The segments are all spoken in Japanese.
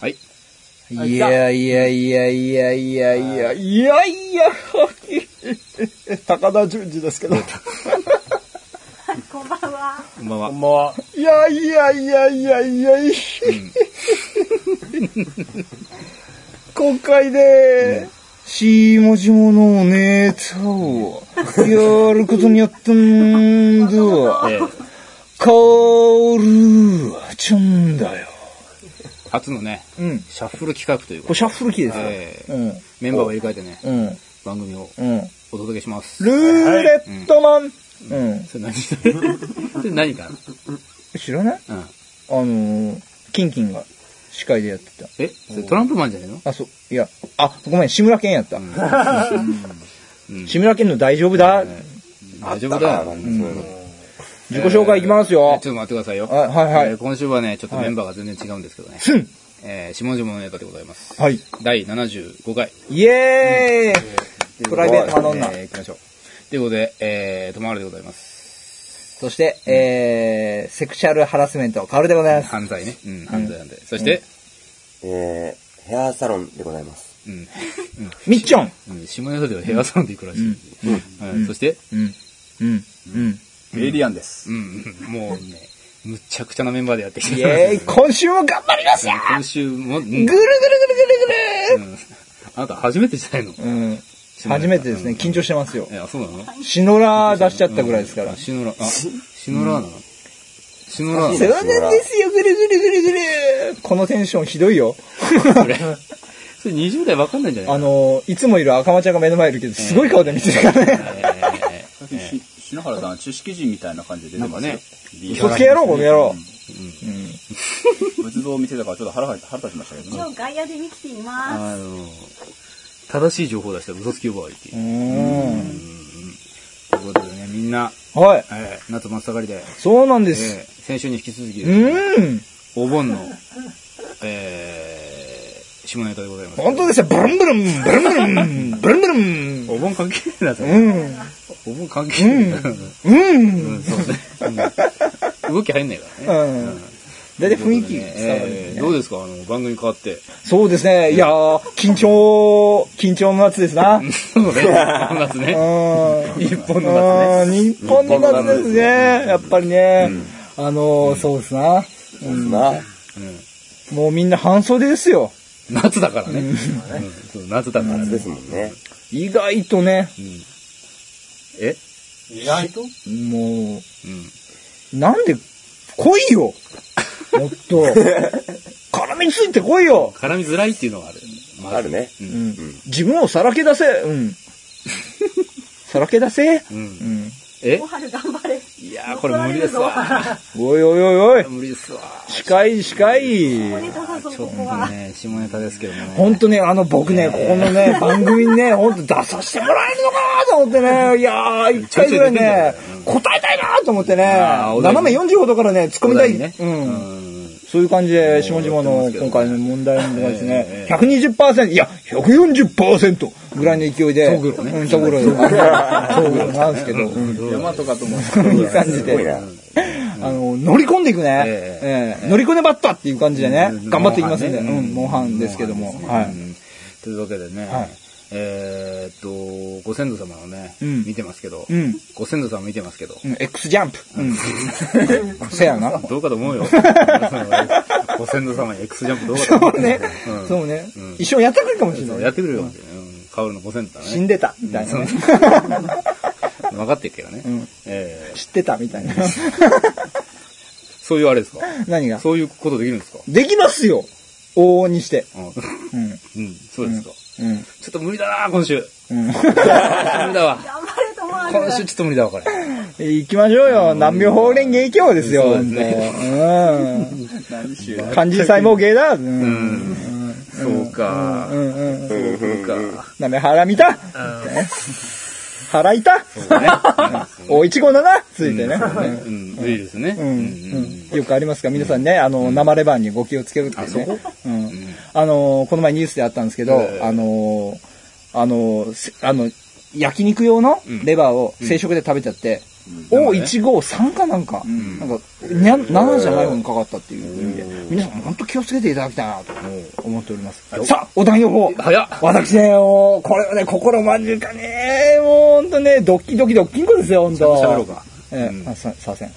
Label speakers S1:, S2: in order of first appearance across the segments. S1: はい。
S2: いやいやいやいやいやいや、いやいや、高田純次ですけど。
S3: こんばんは。
S1: こんばん
S2: こ
S1: は。
S2: んばんは。いやいやいやいやいやいや。今回で、しもじものネタをやることにやったんだ。
S1: ええ、
S2: カールちゃんだよ。
S1: 初のね、
S2: うん。こ
S1: シャッフル企画というこ
S2: れ
S1: と
S2: シャッフルキー
S1: で、
S2: で
S1: え
S2: すよ。うん。
S1: えメンバーを入れ替えてね、
S2: うん。
S1: 番組を
S2: うん。
S1: お届けします。
S2: ルーレットマン。うん。
S1: それ何 それ何かな
S2: 知らない
S1: うん。
S2: あのー、キンキンが司会でやってた。
S1: えそれトランプマンじゃねえの
S2: あ、そう、いや、あ、ごめん、志村けんやった。
S1: うん
S2: 志村けんの大丈夫だ。
S1: 大丈夫だよ。
S4: そう
S1: え
S4: いうの。
S2: 自己紹介いきます
S1: ー
S2: よ
S1: ち。ょっと待ってくださいよ。
S2: あはいはい
S1: えー今週はね、ちょっとメンバーが全然違うんですけどね。
S2: ふん
S1: えー、下々のネタでございます。
S2: はい。
S1: 第75回。
S2: イエーイプライベート頼んだ
S1: え。ー、行きましょう。ということで、えー、とまるでございます。
S2: そして、えー、セクシャルハラスメント、カオルでございます。
S1: 犯罪ね。うん、犯罪犯罪。そして、
S4: えー、ヘアサロンでございます。
S1: うん。
S2: みっちょん
S1: うん下ネタではヘアサロンで行くらしい。うん。そして、
S2: うん、うん、うん。
S5: エイリアンです。
S1: うん、うんもうね、むちゃくちゃなメンバーでやってきて
S2: イエーイ今週も頑張りますよ
S1: 今週も、うん
S2: ぐるぐるぐるぐる
S1: うんあなた初めてじゃないの
S2: ぐるうん。初めてですね、緊張してますよ。
S1: え、あ、そうなの
S2: シノラ出しちゃったぐらいですから
S1: あ。シノラ、あ、シノラーなのシノラ
S2: そう
S1: ーな
S2: なんですよ、ぐるぐるぐるぐるこのテンションひどいよ。
S1: のこれ。 それ20代わかんないんじゃない
S2: あのー、いつもいる赤間ちゃんが目の前いるけど、すごい顔で見てるからね。
S1: えーえ
S5: ひ篠原さんは知識人みたいな感じで出てますよ。
S1: なんか
S2: 嘘つけやろ、この野郎。
S5: 仏像を見せたからちょっと腹が腹立ちましたけどね
S3: 今。日外野で見きてい
S1: ー
S3: ま
S1: あの、正しい情報を出したら嘘つき呼ばわりっていうう。
S2: ん。
S1: ということでね、みんな、
S2: はい。
S1: えー夏真っ盛りで、
S2: そうなんで
S1: え
S2: す。
S1: ー先週に引き続きです
S2: う
S1: ね、
S2: ん。
S1: お盆の、えー、下ネタでございます。
S2: 本当ですよ、ブルンブルン、ブルンブル ン、ブルンブルン。
S1: お盆関係ないな、それ
S2: うん。
S1: お盆関係ないな。
S2: うん。
S1: うんそうね。うん動き入んないからね。
S2: うん。だいたい雰囲気が伝わるんで
S1: え
S2: す
S1: ー
S2: ね
S1: どうですかあの、番組変わって。
S2: そうですね。いやー、緊張、緊張の夏ですな。うん。
S1: そうね。 夏ね。日本の夏ね。
S2: うん日本の夏ですね。やっぱりね。あのー、そうですな。
S4: まあ、
S2: もうみんな半袖ですよ。
S1: 夏だからね。うんそう夏だから
S4: で
S1: ね。
S4: すもんね。
S2: 意外とね、
S1: え
S5: 意外と
S2: も
S1: うん。
S2: う、なんで、来いよもっ と、絡みついて来いよ、
S1: 絡みづらいっていうのがある。まず
S4: ある。ね。
S2: うん、自分をさらけ出せうん。 さらけ出せ
S1: う。
S2: うんん。
S1: え
S3: す。おはる頑張れ。
S1: いやー、これ無理ですわ。
S2: おいおいおいおい、
S1: 無理ですわ。
S2: 近い近
S3: 小
S2: い。
S3: ネタさそう、
S1: ちょ
S3: こ
S1: っ
S3: ことは。
S1: ね、下ネタですけどもね。
S2: ほんとね、あの僕ね、ここの ね、番組にね、ほんと出させてもらえるのかなと思ってね、いやー、一回ぐらいね、答えたいなと思ってね、
S1: あーお題
S2: 斜め45度からね、突っ込
S1: お
S2: みた
S1: 題
S2: い。
S1: にね。
S2: うん。
S1: うん
S2: そういう感じで、下々の今回の問題のですね、120%、いや、140%ぐらいの勢いで、
S1: ぐろね
S2: うん、トグロ、 トグロなんですけど、うん
S5: 山とかとも。
S2: そう いう感じ
S4: すごい
S2: で、
S4: な。
S2: あの、乗り込んでいくね、
S1: え
S2: ええ乗り込ねバッターっていう感じでね
S1: う、ん
S2: 頑張っていきますんで、う
S1: モンハンね
S2: ん、モンハンですけども、は
S1: う
S2: い。
S1: んというわけでね、
S2: はい
S1: えーっと、ご先祖様のね、
S2: うん
S1: 見てますけど、
S2: うん
S1: ご先祖様見てますけ ど、
S2: うん、X ジャンプ。うん。せやな。
S1: どうかと思うよ。 ご先祖様に X ジャンプどうかと
S2: そ
S1: 思う
S2: うね
S1: う。ん
S2: そうね
S1: うん。
S2: 一生やってくるかもしれな
S1: や
S2: い。
S1: ってくれるよ、うん、カオルのご先祖だ
S2: 死
S1: ね。
S2: んでた、みたいなね。
S1: 分かってるけどね、えー
S2: 知ってた、みたいな。
S1: そういうあれですか
S2: 何が
S1: そういうことできるんですか
S2: できますよ往々にして。
S1: うん、うん
S2: うん。
S1: そうですか、
S2: うん。
S1: ちょっと無理だな、今週。
S2: ん
S1: 無理だわ。
S3: 頑張れともある。
S1: 今週ちょっと無理だわ、これ。
S2: 行きましょうよ。難病法連芸協ですよ。
S1: そうで
S2: う
S1: すね
S5: 何週
S2: ん。漢字細胞芸だ。うん。う
S1: うんん。そうか。
S2: うん。
S1: そうか。
S2: なめ腹見た腹いた
S1: そうね。
S2: おいちごだなついてね。
S1: うん、いいですね。
S2: うんうんよくありますか皆さんね、あの、生レバーにご気をつけるっていうね。うんあの、この前ニュースであったんですけど
S1: え、え
S2: あの、あの、せあの、焼肉用のレバーを生食で食べちゃって、 O153 かなんか、
S5: ん
S2: なんか、にゃ7じゃない方にかかったっていう意味で、皆さん本当気をつけていただきたいなと思っております。さあ、お題予報
S5: 早っ
S2: 私ね、もう、これはね、心間近に、もう本当ね、ドッキドキドッキンコですよ、本当
S5: ちゃんと喋ろうか。
S2: ええ、あさ、させん。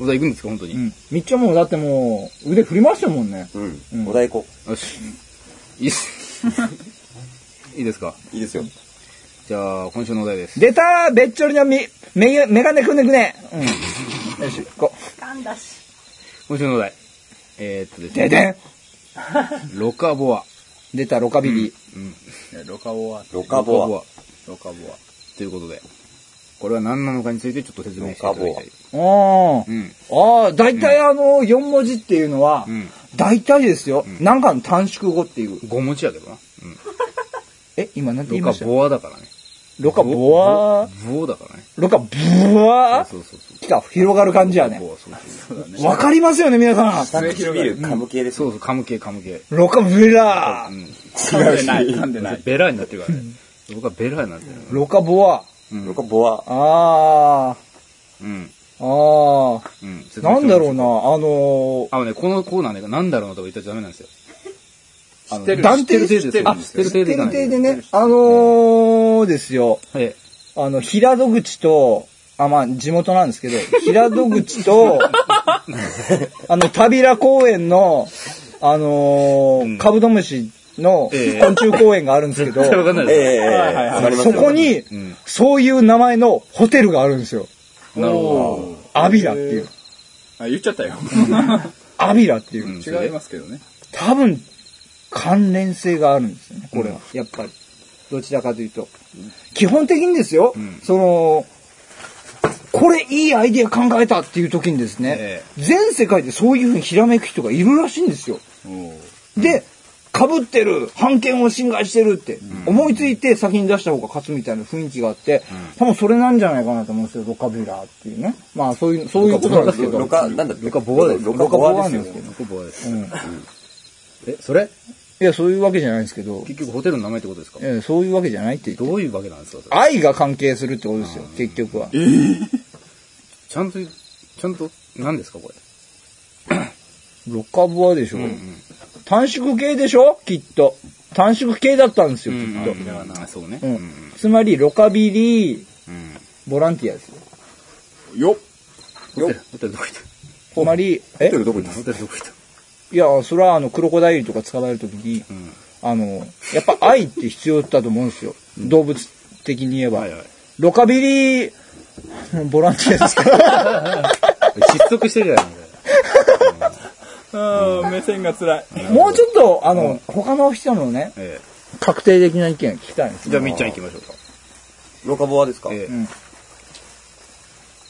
S1: お題行くんですか、本当に。
S2: うん。みっちゃんもうだってもう、腕振りましたもんね。
S4: うん。
S2: うん
S4: お題行こ
S1: よし。いいっす。 いいですか。
S4: う。いいですよ。
S1: じゃあ、今週のお題です。
S2: 出たーべっちょりのみ、め、メガネくんでくね。うん。よし、こう。
S3: 噛んだし。
S1: 今週のお題。えー、っとです
S2: で
S1: ね。
S2: でん
S1: ロカボア。
S2: 出た、ロカビリー。
S5: えロカボア。
S4: ロカボア。
S1: ロ
S5: ロカボア。
S1: ということで。これは何なのかについてちょっと説明していただきたい。
S2: あー
S1: うん。
S2: あー、だいたいあの、4文字っていうのは
S1: うん、
S2: だいたいですよ。なんかの短縮語っていう。
S1: 五文字やけどな。うん。
S2: え、今なんて言い
S1: ロ
S2: ま
S1: カ
S2: した
S1: ボアだからね。
S2: ロカボアー。
S1: ボアだからね。
S2: ロカブワー。
S1: そうそうそう。
S2: きた、広がる感じやね。
S1: ボア、そうそう。
S2: わかりますよね、皆さん。
S4: 下唇、噛む系です
S1: そ
S4: よ。
S1: うそう、カム系、カム系。
S2: ロカブラ
S1: う
S2: ー。
S1: ん。
S5: 噛んでない、噛んでない。
S1: ベラーになってるからね。僕はベラーになってる。
S2: ロカボアー。
S1: うん
S4: ロカボア。
S2: あ
S1: うん。
S2: ー。あー。
S1: うん。説明し
S2: な
S1: て
S2: ん
S1: みまし
S2: だ
S1: ょ
S2: ろうな、あのー、
S1: あのね、このコーナーね、なんだろうなとか言ったらダメなんですよ。あの
S5: 知ってる
S1: 断定
S2: 知
S1: で
S5: っ
S1: す
S5: てる
S1: あ、
S5: んで
S1: 知っ
S5: す
S1: て
S5: よ
S1: る
S2: 知
S1: 程
S2: って
S1: 度
S2: る程で
S1: ね。
S2: ね、あのー、ですよ。
S1: え
S2: あの、平戸口と、あ、まあ、地元なんですけど、平戸口と、あの、田平公園の、あのー
S1: うん
S2: カブトムシの
S1: ええ
S2: 昆虫公園があるんですけど、
S1: え。わかんない
S4: ええ
S1: で
S4: ええ
S5: はいはいはい
S4: わかります
S2: そ
S4: よ。
S2: こに、
S1: ん
S2: そういう名前のホテルがあるんですよ。
S1: す。なるほ
S2: アビラっていう。
S5: あ、言っちゃったよ。
S2: アビラっていう。
S1: ど。 うん
S5: 違いますけどね。
S2: 多分、関連性があるんですよね、これは。やっぱり。どちらかというと。基本的にですよ、
S1: ん
S2: その、これいいアイディア考えたっていう時にですね、
S1: え
S2: 全世界でそういうふうにひらめく人がいるらしいんですよ。で、被ってる、判権を侵害してるって、思いついて先に出した方が勝つみたいな雰囲気があって、多分それなんじゃないかなと思うんですよ、ロカビュラーっていうね。まあそういう、そういうことなんですけど。
S4: ロカ、なんだっけ
S1: ロカボアです。
S4: ロカボ
S2: ロ
S4: ア
S2: カボアな
S4: で
S2: んで
S4: す
S2: す
S4: よ
S2: け。
S1: ロカボアです。
S2: うん
S1: え、それ
S2: いや、そういうわけじゃないんですけど、
S1: 結局ホテルの名前ってことですか
S2: ええそういうわけじゃないって言って
S1: どういうわけなんですかそれ
S2: 愛が関係するってことですよ、結局は。
S1: ちゃんと、ちゃんと、何ですかこれ。
S2: ロカボアでしょ、短縮系でしょきっと。短縮系だったんですよ、きっと。
S1: じゃあな、そうね。
S2: うん
S1: うん
S2: つまり、ロカビリー、
S1: うん
S2: ボランティアですよ。
S5: よっ
S1: ホテル、ホテルどこ行った
S2: つまり、え
S4: ホテルどこ行った
S1: ホテルどこ行った
S2: いや、それはあの、クロコダイルとか捕まえるときに、
S1: ん
S2: あの、やっぱ愛って必要だと思うんですよ。動物的に言えば。
S1: はいはい
S2: ロカビリー、 ボランティアですから。
S1: 失速してるじゃないですか。
S5: あー目線が辛い。
S2: もうちょっと、あの、他の人のね、
S1: え
S2: 確定的な意見聞きたいんです
S1: えじゃ
S2: よ
S1: あ、みっちゃん行きましょうか。
S4: ロカボアですか
S1: え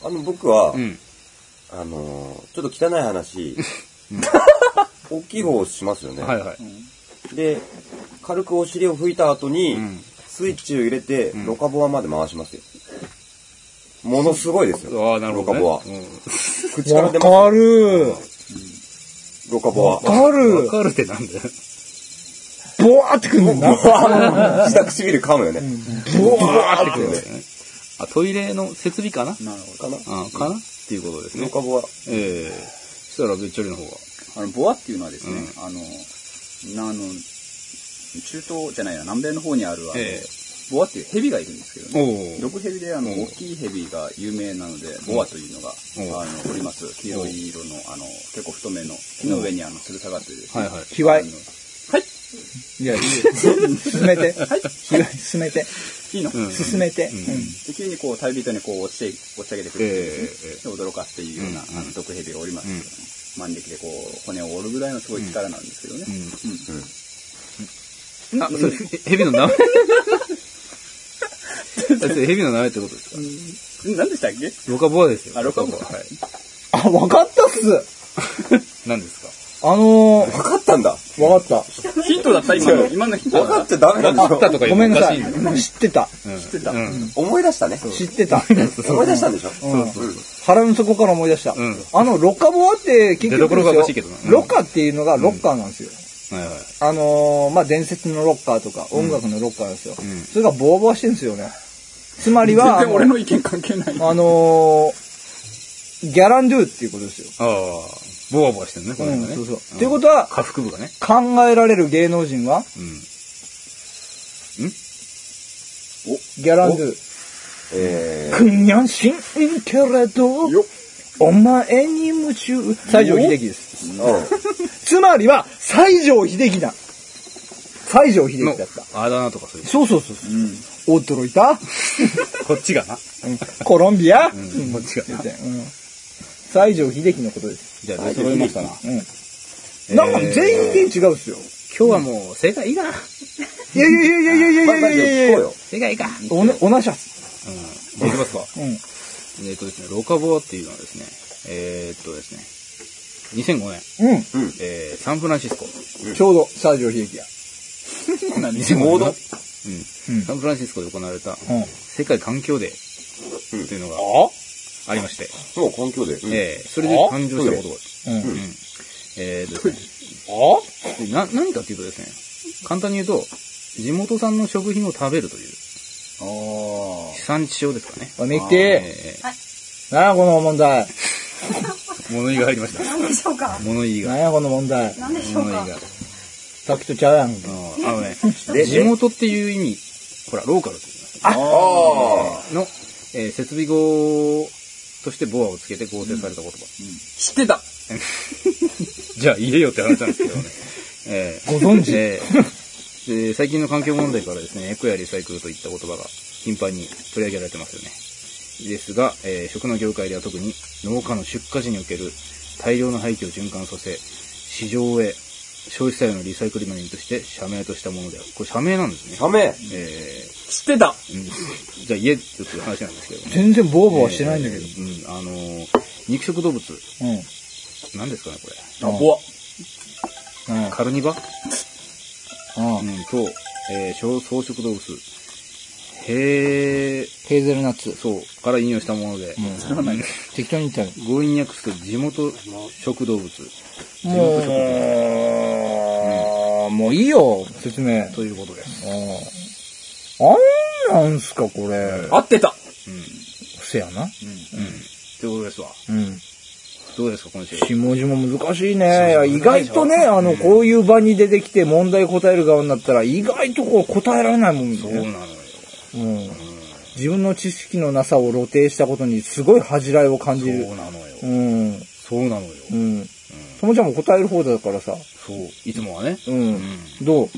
S4: あの、僕は
S1: え。う、ん。
S4: あのー、ちょっと汚い話、 大きい方をしますよね。
S1: はいはい。
S4: で、軽くお尻を拭いた後に
S1: ん、
S4: スイッチを入れて、ロカボアまで回しますよ。ものすごいですよ。
S1: ああ、なるほど、ね。
S4: ロカボ
S1: うん
S4: ア。口から
S2: わ
S4: 出ます。
S2: かる。
S4: ロカボア。
S2: わか
S1: わ
S2: る。
S1: かるってなんだよ。
S2: ボワーってくんねんな。
S4: 下唇噛むよね。
S2: ボワー
S1: あ
S2: ってくる。
S1: トイレの設備かな
S5: なるほど。
S4: かな
S1: あかなっていうことです
S4: ロ
S1: ね。
S4: カボア。
S1: ええそしたら、べっちょりの方が。
S5: あの、ボアっていうのはですね、あの、なあの、中東じゃないな、南米の方にある、あの、
S1: ええ
S5: ボアっていう蛇がいるんですけどね。
S1: お
S5: 毒蛇で、あの、
S1: うん
S5: 大きい蛇が有名なので、ボアというのが、
S1: うん
S5: あの、おります。黄色い色の、あの、結構太めの、木の上に、あの、吊る下がってる。
S1: はいはい。
S2: 卑猥。
S5: はい。
S2: いや、いいよ。進めて。はい。卑猥、進めて。
S5: いいの、
S1: うん
S2: 進めて。
S5: で急にこう、旅人にこう、落ちて、落ち上げてくるっていうですね、で驚かすっていうような、あの、毒蛇がおりますけどね。万力でこう、骨を折るぐらいのすごい力なんですけどね。
S1: あ、それ、ヘビの名前 それヘビの名前ってことですか
S5: ん何でしたっけ
S1: ロカボアですよ。
S5: あ、ロカボア。
S1: はい。
S2: あ、わかったっす。
S1: 何ですか
S2: あの
S4: わかったんだ。
S2: ー、わかった。
S5: ヒントだった今の。今のヒント
S4: わ
S5: だ
S4: か
S5: っ
S4: っちゃダメなん
S1: あっ
S4: だ
S1: た
S4: よ。
S1: とか
S2: ごめんなさ
S1: おかし
S2: い。知ってた。
S1: い。知って
S5: た
S1: うん。
S4: 思い出したね。
S2: 知って た。
S4: 思い出したんでしょ
S2: うん
S1: そうそう
S2: 腹の底から思い出した
S1: うん。
S2: あの、ロッカボアって結
S1: 出どこ
S2: 局
S1: ろがおかしい
S2: で
S1: け
S2: す
S1: どな、
S2: よロッカーっていうのがロッカーなんですよ。
S1: はいはい。
S2: あのー、まあ、伝説のロッカーとか、音楽のロッカーなんですよ。
S1: ん
S2: それがボワボワしてるんですよね。つまりは、あ
S5: 全然俺
S2: の
S5: の意見関係ない。
S2: あのーギャランドゥっていうことですよ。
S1: ああ、ボワボワしてるね、この
S2: うん、
S1: 辺が
S2: そう
S1: ね。
S2: そう。っていうことは、
S1: 下腹部がね。
S2: 考えられる芸能人は、
S1: うん。
S2: ギャランドゥ。
S4: え
S2: くにゃんしんけれど、
S5: よっ
S2: お前に夢中。西城秀樹です。
S4: ー、うん。
S2: つまりは、西城秀樹だ。西城秀
S1: の
S2: 樹だった。
S1: あだ名とかそういう。
S2: そうそうそうそう。驚いた。
S1: こっちがな。
S2: コロンビア、
S1: うん、こっちがな。
S2: うん西城秀樹のことです。
S1: じゃあ、出揃いましたな。今
S2: うん。なんか全員違うっすよ。
S1: 日はもう、正解いいかな。
S2: いやいやいやいやいやいやいやいやいやいや
S1: 正解いいか。
S2: おね、おなしゃっす。
S1: うん。いきますか。
S2: うん。
S1: えっとですね、ロカボアっていうのはですね、えーっとですね、2005年、
S2: う
S1: えー、サンフランシスコ。
S2: ん。ちょうど、西城秀樹や。
S1: 2005年うん。
S2: ん
S1: サンフランシスコで行われた、
S2: うん。
S1: 世界環境デーっていうのがありまして、
S4: そう、環境で。うん
S1: えー、それで誕生した言葉です。
S2: うん
S1: うんえーっとですね、な、何かっていうとですね、簡単に言うと、地元産の食品を食べるという、
S5: あ
S1: 地産地消ですかね。
S2: おめきて
S1: え
S2: ー。なんやこの問題。
S1: ー、物言いが入りました。
S3: 何でしょうか
S1: 物言いが。
S2: なんやこの問題。
S3: 何でしょう
S1: 物言い
S3: か
S1: が。
S2: さっきとちゃうやん
S1: あ
S2: け。
S1: のあのね、地元っていう意味、ほら、ローカルって言います
S4: ああ
S1: の、えー設備語としてボアをつけて合成された言葉。
S5: 知ってた
S1: じゃあ言えよって話なんですけど ね。えー
S2: ご存知
S1: えーで最近の環境問題からですね、エコやリサイクルといった言葉が頻繁に取り上げられてますよね。ですが、えー食の業界では特に農家の出荷時における大量の廃棄を循環させ、市場へ消費者へのリサイクルマネーとして社名としたものである。これ社名なんですね。
S4: 社名。
S1: えー
S5: 知ってた
S1: うんじゃあ家っていう話なんですけどね。
S2: 全然ボワボワしてないんだけど。
S1: えーうん、あのー肉食動物、
S2: うん。うん。
S1: 何ですかね、これ。
S5: あ、ぼわ。
S1: カルニバ、
S2: うん
S1: う。ん、と、えー、小草食動物。へー、
S2: ヘーゼルナッツ。
S1: そう、から引用したもので、
S5: 知らない。
S2: 適当に言った
S1: 強引に訳すと地元食動物
S2: の。もう、もういいよ、説明。
S1: ということです。
S2: あんなんすか、これ。
S5: 合ってた
S1: うん、うん。
S2: せやな。
S1: ということですわ。
S2: うん。
S1: どうですか、今週。
S2: 下地も難しいね。いや、意外とね、あの、こういう場に出てきて問題答える側になったら、意外とこう答えられないもん
S1: そうな
S2: ね。
S1: のよ。
S2: うん。自分の知識のなさを露呈したことに、すごい恥じらいを感じる
S1: そ。うなのよ
S2: う。ん。
S1: そうなのよ。
S2: うん。ともちゃんも答える方だからさ。
S1: そう。いつもはね。
S2: うん。どう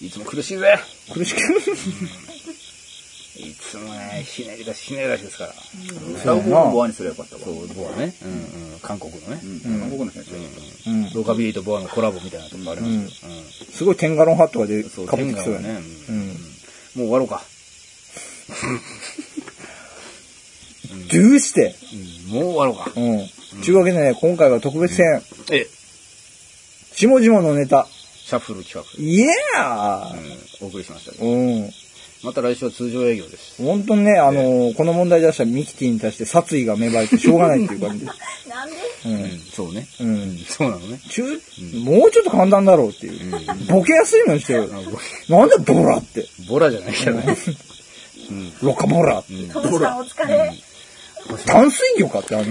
S1: いつも苦しいぜ
S2: 苦しく
S1: いつもね、ひねり出し、ひねり出しですから。
S5: 歌う方をボワにすればよかったわ。
S1: そう、ボアね。うんうん。韓国のね。
S5: うん。韓国の人たちが
S2: うん。
S1: ロカビリーとボアのコラボみたいなとこありますけど。うん。
S2: すごいテンガロンハットがで、
S1: そう、
S2: かぶってきそうや
S1: 天下
S2: ね。
S1: のね。う
S2: うん
S1: も
S2: ん。
S1: う終わろうか。
S2: どうして
S1: うんもう終わろうか。
S2: うん。ちゅうわけでね、今回は特別編、
S1: え、
S2: 下々のネタ。
S1: シャッフル企画。
S2: イエー
S1: うん、お送りしましたけど。
S2: うん。
S1: また来週は通常営業です。
S2: 本当にね、あのーこの問題出したミキティに対して殺意が芽生えてしょうがないっていう 感じ。
S3: なんで
S1: うん、そうね。
S2: うん。うん。
S1: そうなのね。
S2: 中、もうちょっと簡単だろうっていう。ボケやすいのにしてよ。なんだボラって。
S1: ボラじゃないけどね。
S2: ロカボラ。
S3: 友さんお疲れ。
S2: 淡水魚かって話。